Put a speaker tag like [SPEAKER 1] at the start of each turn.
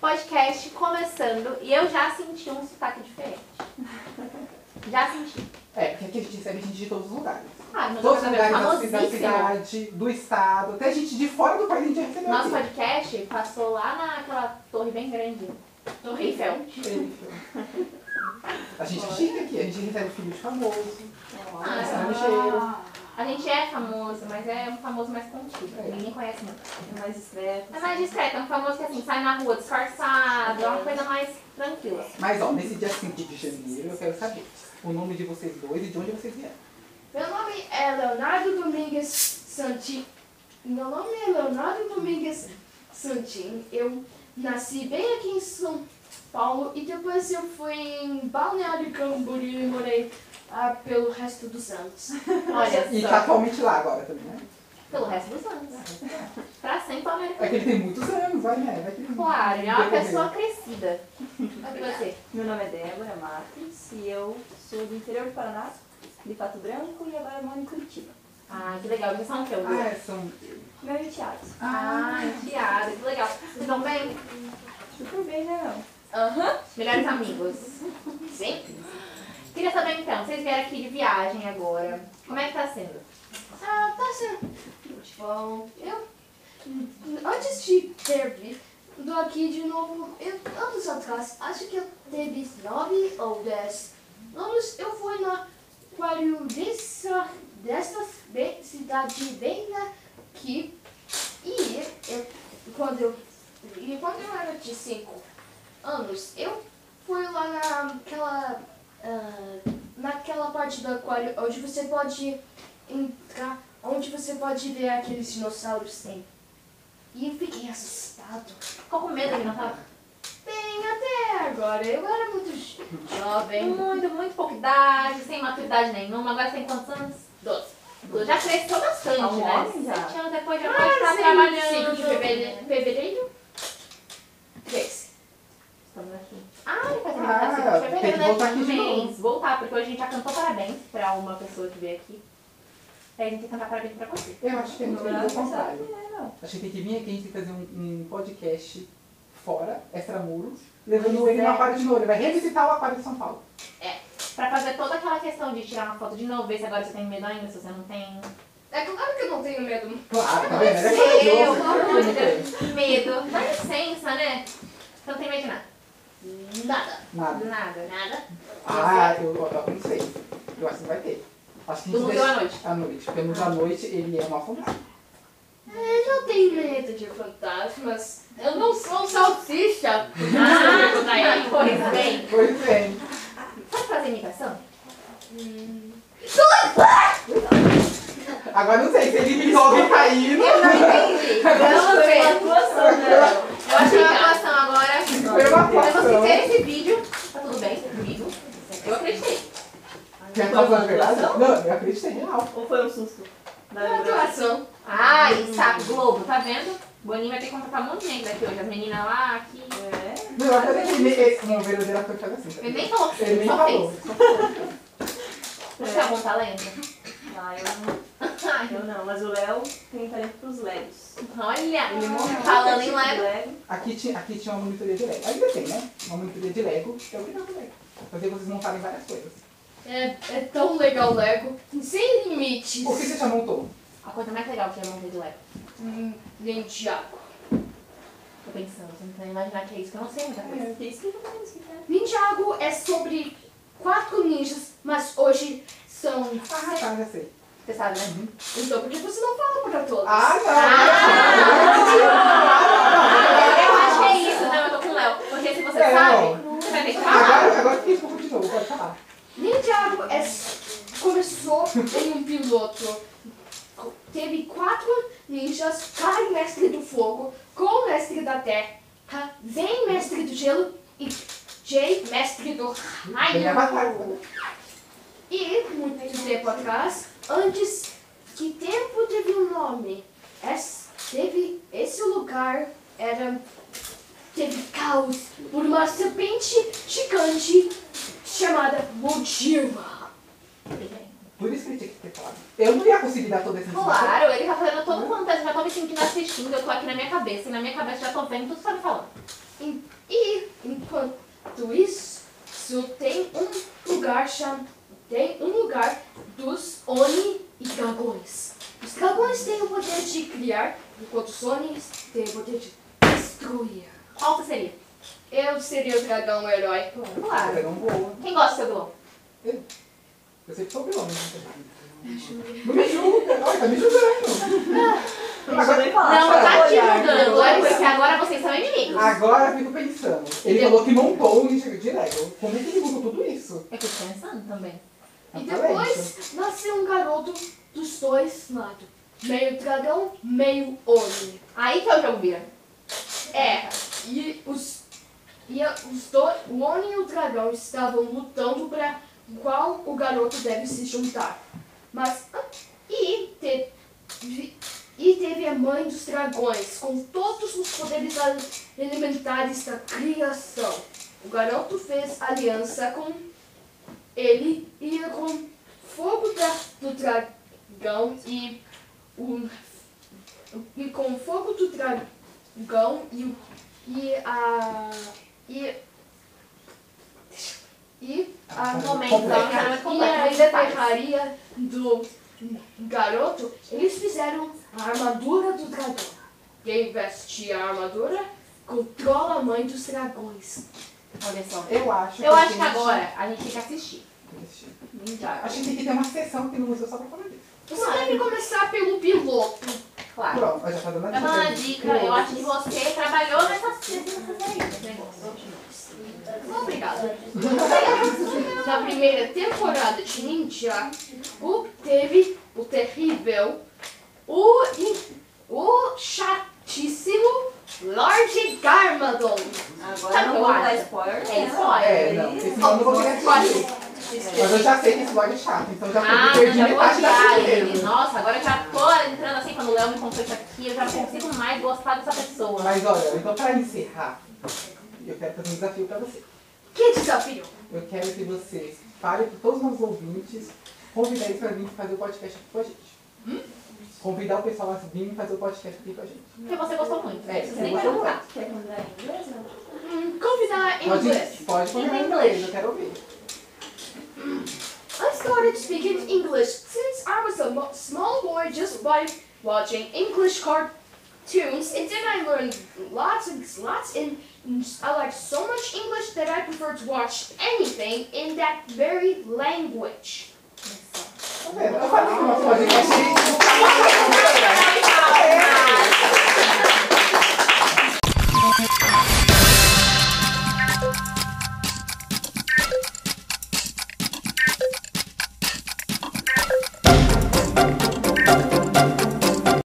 [SPEAKER 1] Podcast começando e eu já senti um sotaque diferente. Já senti.
[SPEAKER 2] É, porque aqui a gente recebe gente de todos os lugares.
[SPEAKER 1] Ah, meu
[SPEAKER 2] Todos os
[SPEAKER 1] Deus,
[SPEAKER 2] lugares da, da
[SPEAKER 1] famosíssimo.
[SPEAKER 2] cidade, do estado, até gente de fora do país a gente já recebeu
[SPEAKER 1] Nosso
[SPEAKER 2] aqui.
[SPEAKER 1] podcast passou lá naquela torre bem grande. Torre Eiffel.
[SPEAKER 2] Incrível. A gente é chique aqui, a gente recebe filho de famoso,
[SPEAKER 1] Ah.
[SPEAKER 2] estrangeiro.
[SPEAKER 1] A gente é famoso, mas é um famoso mais contido.
[SPEAKER 2] É.
[SPEAKER 1] Ninguém conhece muito.
[SPEAKER 3] É mais discreto.
[SPEAKER 1] É mais discreto, é um famoso que assim, sai na rua disfarçado, é uma coisa mais tranquila.
[SPEAKER 2] Mas ó, nesse dia 5 de janeiro eu quero saber o nome de vocês dois e de onde vocês vieram.
[SPEAKER 4] Meu nome é Leonardo Domingues Santin. Meu nome é Leonardo Domingues Santin. Eu nasci bem aqui em São Paulo e depois eu fui em Balneário Camboriú e morei ah, pelo resto dos anos.
[SPEAKER 1] Olha
[SPEAKER 2] E
[SPEAKER 1] só.
[SPEAKER 2] tá atualmente lá agora também, né?
[SPEAKER 1] Pelo resto dos anos. Pra sempre o
[SPEAKER 2] É que
[SPEAKER 1] americano.
[SPEAKER 2] ele tem muitos anos, vai, né? Vai que ele-
[SPEAKER 1] Claro, ele é uma
[SPEAKER 2] Vai
[SPEAKER 1] pessoa crescida. E você?
[SPEAKER 3] Meu nome é Débora Matos e eu sou do interior do Paraná, de Pato Branco e agora moro em Curitiba.
[SPEAKER 1] Ah, que legal. Vocês são o quê?
[SPEAKER 2] comer. Ah, é, são...
[SPEAKER 3] Meu nome é Thiago.
[SPEAKER 1] Ah, enfiada, que legal. Vocês estão bem?
[SPEAKER 3] Super bem, né não?
[SPEAKER 1] Aham. Melhores amigos. Sim. Queria saber então, vocês vieram aqui de viagem agora. Como é que tá sendo?
[SPEAKER 4] Ah, tá sendo muito bom. Eu, antes de ter vindo aqui de novo, eu, anos atrás, acho que eu teve nove ou dez anos, eu fui na aquário dessa, dessa bem- cidade bem aqui. E eu, quando, eu, e quando eu era de cinco anos, eu fui lá naquela, ah, naquela parte do aquário onde você pode entrar onde você pode ver aqueles dinossauros tem. E eu fiquei assustado.
[SPEAKER 1] Ficou com medo de não tá?
[SPEAKER 4] Bem, até agora. Eu era muito jo- jovem.
[SPEAKER 1] Muito, muito pouca idade, sem maturidade nenhuma. Agora tem quantos anos? Doze. Doze. Já cresceu bastante,
[SPEAKER 3] Tá um
[SPEAKER 1] né?
[SPEAKER 3] homem já.
[SPEAKER 1] Sete anos depois já pode estar
[SPEAKER 4] Ah, sim,
[SPEAKER 1] Tá trabalhando.
[SPEAKER 4] cinco de fevereiro- Três.
[SPEAKER 1] Estamos aqui. Ah, ele faz
[SPEAKER 2] Ah,
[SPEAKER 1] aniversário de
[SPEAKER 2] tem que
[SPEAKER 1] fevereiro, né?
[SPEAKER 2] voltar aqui de
[SPEAKER 1] Gente,
[SPEAKER 2] novo.
[SPEAKER 1] voltar, porque hoje a gente já cantou parabéns pra uma pessoa que veio aqui. Daí a gente tem que cantar parabéns pra você.
[SPEAKER 2] Eu acho que é muito
[SPEAKER 3] Não é
[SPEAKER 2] bem do
[SPEAKER 3] aniversário,
[SPEAKER 2] contrário.
[SPEAKER 3] né não?
[SPEAKER 2] Achei que tem que vir aqui, a gente tem que fazer um, um podcast fora, extramuros, levando ele no aquário de novo. Ele vai revisitar o aquário de São Paulo.
[SPEAKER 1] Pra fazer toda aquela questão de tirar uma foto de novo, ver se agora você tem medo ainda, se você não tem.
[SPEAKER 4] É claro que eu não tenho medo.
[SPEAKER 2] Claro, tá vendo? Ele é
[SPEAKER 1] Eu,
[SPEAKER 2] corajoso.
[SPEAKER 1] pelo amor de Deus. Medo. Dá licença, né? Você não tem medo de nada. Nada.
[SPEAKER 2] Nada.
[SPEAKER 1] Nada. Nada.
[SPEAKER 2] Ah, eu, eu, eu não sei. Eu acho que vai ter. Acho que a
[SPEAKER 1] Do
[SPEAKER 2] gente
[SPEAKER 1] museu à noite.
[SPEAKER 2] à noite. Porque no à noite ele é um afundado.
[SPEAKER 4] Eu não tenho medo de fantasmas. Eu não sou um salsicha.
[SPEAKER 1] Ah, daí, pois bem.
[SPEAKER 2] Pois é.
[SPEAKER 1] Sabe fazer imitação?
[SPEAKER 2] Agora não sei se ele resolve cair.
[SPEAKER 1] entendi. Vamos
[SPEAKER 3] Foi
[SPEAKER 1] ver.
[SPEAKER 3] uma atuação, né?
[SPEAKER 1] Eu achei uma atuação agora.
[SPEAKER 2] Foi uma
[SPEAKER 1] Mas você
[SPEAKER 2] atuação.
[SPEAKER 1] ver esse vídeo, tá tudo bem comigo? Eu acreditei.
[SPEAKER 2] Quer falar a é verdade? Não, eu acredito que é real.
[SPEAKER 3] Ou foi um susto? Da
[SPEAKER 4] Uma
[SPEAKER 3] lembrança?
[SPEAKER 4] atuação.
[SPEAKER 1] Ai, saco, Globo, tá vendo? Boninho vai ter que contratar um monte de gente daqui hoje. As meninas lá, aqui.
[SPEAKER 3] É.
[SPEAKER 2] Não, eu acredito que ele é um verdadeiro ator que faz assim.
[SPEAKER 1] Ele nem falou que
[SPEAKER 2] Ele nem
[SPEAKER 1] só
[SPEAKER 2] falou.
[SPEAKER 1] fez. Você é algum talento?
[SPEAKER 3] Ah, eu
[SPEAKER 1] Ai,
[SPEAKER 3] não, eu não, mas o Léo tem talento pros Legos.
[SPEAKER 1] Olha,
[SPEAKER 3] Ele monta
[SPEAKER 1] falando em
[SPEAKER 3] tipo de
[SPEAKER 1] Lego.
[SPEAKER 3] Lego.
[SPEAKER 2] Aqui tinha, aqui tinha uma monitoria de Lego. Ainda tem, né? Uma monitoria de Lego. É o que dá pro Lego. Fazer vocês montarem várias coisas.
[SPEAKER 4] É, é tão legal Lego. Sem limites.
[SPEAKER 2] O que você já montou?
[SPEAKER 1] A coisa mais legal que eu montei de Lego.
[SPEAKER 4] Hum, Gente, água.
[SPEAKER 1] Tô pensando, você não precisa imaginar que é isso, que eu não sei muita coisa.
[SPEAKER 3] Que isso que não é isso que é.
[SPEAKER 4] Ninjago é sobre quatro ninjas, mas hoje são.
[SPEAKER 2] Ah, tá, já sei.
[SPEAKER 1] Você sabe, né?
[SPEAKER 4] Então por que você não fala pra todos?
[SPEAKER 2] Ah, não!
[SPEAKER 1] Eu acho que é isso, não, eu tô com o Léo. Porque se você
[SPEAKER 2] É,
[SPEAKER 1] sabe, você vai ter que falar.
[SPEAKER 2] Agora, agora fiquei pouco de novo, pode falar.
[SPEAKER 4] Ninjago é, começou em um piloto. Teve quatro ninjas, Kai, mestre do fogo, Gon, mestre da terra, Zen, mestre do gelo e Jay, mestre do
[SPEAKER 2] Ele é
[SPEAKER 4] raio.
[SPEAKER 2] batalha.
[SPEAKER 4] E, muito tempo atrás, antes que tempo teve um nome. Esse, teve, esse lugar era. Teve caos por uma serpente gigante chamada Mojirma.
[SPEAKER 2] Por isso que ele tinha que ter falado. Eu não ia conseguir dar toda essa informação.
[SPEAKER 1] Claro, ele tá fazendo todo o fantasma, já tô me sentindo assistindo, eu tô aqui na minha cabeça, e na minha cabeça já tô vendo tudo que você tá falando.
[SPEAKER 4] E, e enquanto isso, tem um lugar chamado. Tem um lugar dos Oni e Dragões. Os dragões têm o poder de criar, enquanto os Onis têm o poder de destruir.
[SPEAKER 1] Qual que seria?
[SPEAKER 4] Eu seria o dragão heróico.
[SPEAKER 2] Claro. Eu não vou.
[SPEAKER 1] Quem gosta do seu vilão?
[SPEAKER 2] Eu sempre sou vilão. né? Não me julga. Olha, tá me julgando.
[SPEAKER 3] Ah, Deixa eu nem falar.
[SPEAKER 1] Não,
[SPEAKER 3] sabe?
[SPEAKER 1] tá te
[SPEAKER 3] Olhar,
[SPEAKER 1] julgando, é
[SPEAKER 3] entendeu?
[SPEAKER 1] porque agora vocês são inimigos.
[SPEAKER 2] Agora eu fico pensando. Ele falou que montou um Ninja de Lego. Como é que ele montou tudo isso?
[SPEAKER 1] Eu fico pensando também.
[SPEAKER 2] É
[SPEAKER 4] E
[SPEAKER 2] um talento.
[SPEAKER 4] depois nasceu um garoto dos dois lados. Meio dragão, meio homem.
[SPEAKER 1] Aí que é o jogo vira.
[SPEAKER 4] É, e os, e a- os dois, o homem e o dragão estavam lutando para qual o garoto deve se juntar. Mas, ah, e teve, e teve a mãe dos dragões, com todos os poderes a- elementares da criação. O garoto fez aliança com ele e com fogo da, do dragão e o e com o fogo do dragão e, o- e a. E, e
[SPEAKER 2] Ah,
[SPEAKER 4] a
[SPEAKER 1] Um momento,
[SPEAKER 2] Complexo.
[SPEAKER 1] eu quero mais
[SPEAKER 4] e a
[SPEAKER 1] complexo, detalhes.
[SPEAKER 4] ferraria do garoto, eles fizeram a armadura do dragão. Quem veste a armadura controla a mãe dos dragões.
[SPEAKER 1] Olha só.
[SPEAKER 2] Eu acho
[SPEAKER 1] Eu acho que
[SPEAKER 2] a gente-
[SPEAKER 1] agora a gente tem que assistir. Então,
[SPEAKER 2] Acho que tem que ter uma sessão aqui no museu só pra falar disso.
[SPEAKER 4] Você deve começar pelo piloto.
[SPEAKER 1] Claro.
[SPEAKER 2] Pronto, eu já tá dando a
[SPEAKER 1] É
[SPEAKER 2] dica.
[SPEAKER 1] uma dica, eu acho que você trabalhou nessa nessas aí, nesse negócio.
[SPEAKER 4] Obrigada. Na primeira temporada de Ninja, o teve o terrível, o, in- o chatíssimo Lorde Garmadon.
[SPEAKER 3] Agora não vou dar spoiler.
[SPEAKER 1] tá É
[SPEAKER 3] né?
[SPEAKER 1] spoiler.
[SPEAKER 2] É, não. Esse nome eu não vou querer assistir. Mas eu já sei que esse blog é chato, então já
[SPEAKER 1] Ah,
[SPEAKER 2] perdi
[SPEAKER 1] não, já vou
[SPEAKER 2] metade da
[SPEAKER 1] odiar ele.
[SPEAKER 2] surpresa.
[SPEAKER 1] Nossa, agora eu já tô entrando assim, quando o Léo me contou isso aqui, eu já não consigo mais gostar dessa pessoa.
[SPEAKER 2] Mas olha, então pra encerrar, eu quero fazer um desafio pra você.
[SPEAKER 4] Que desafio!
[SPEAKER 2] Eu quero que vocês falem para todos os nossos ouvintes, convidar eles pra vir fazer o podcast aqui com a gente.
[SPEAKER 1] Hum?
[SPEAKER 2] Convidar o pessoal a vir fazer o podcast aqui com a gente.
[SPEAKER 1] Porque você gostou muito.
[SPEAKER 2] É,
[SPEAKER 1] Você
[SPEAKER 2] eu
[SPEAKER 1] nem
[SPEAKER 2] gostei
[SPEAKER 1] perguntar.
[SPEAKER 3] Quer convidar em inglês? não?
[SPEAKER 4] Hum, Convidar em inglês.
[SPEAKER 2] Pode, pode convidar em inglês, eu quero ouvir.
[SPEAKER 4] I started speaking English since I was a mo- small boy just by watching English cartoons, and then I learned lots and lots, and I like so much English that I prefer to watch anything in that very language.
[SPEAKER 2] Tá vendo? Eu falei que o nosso podcast é isso.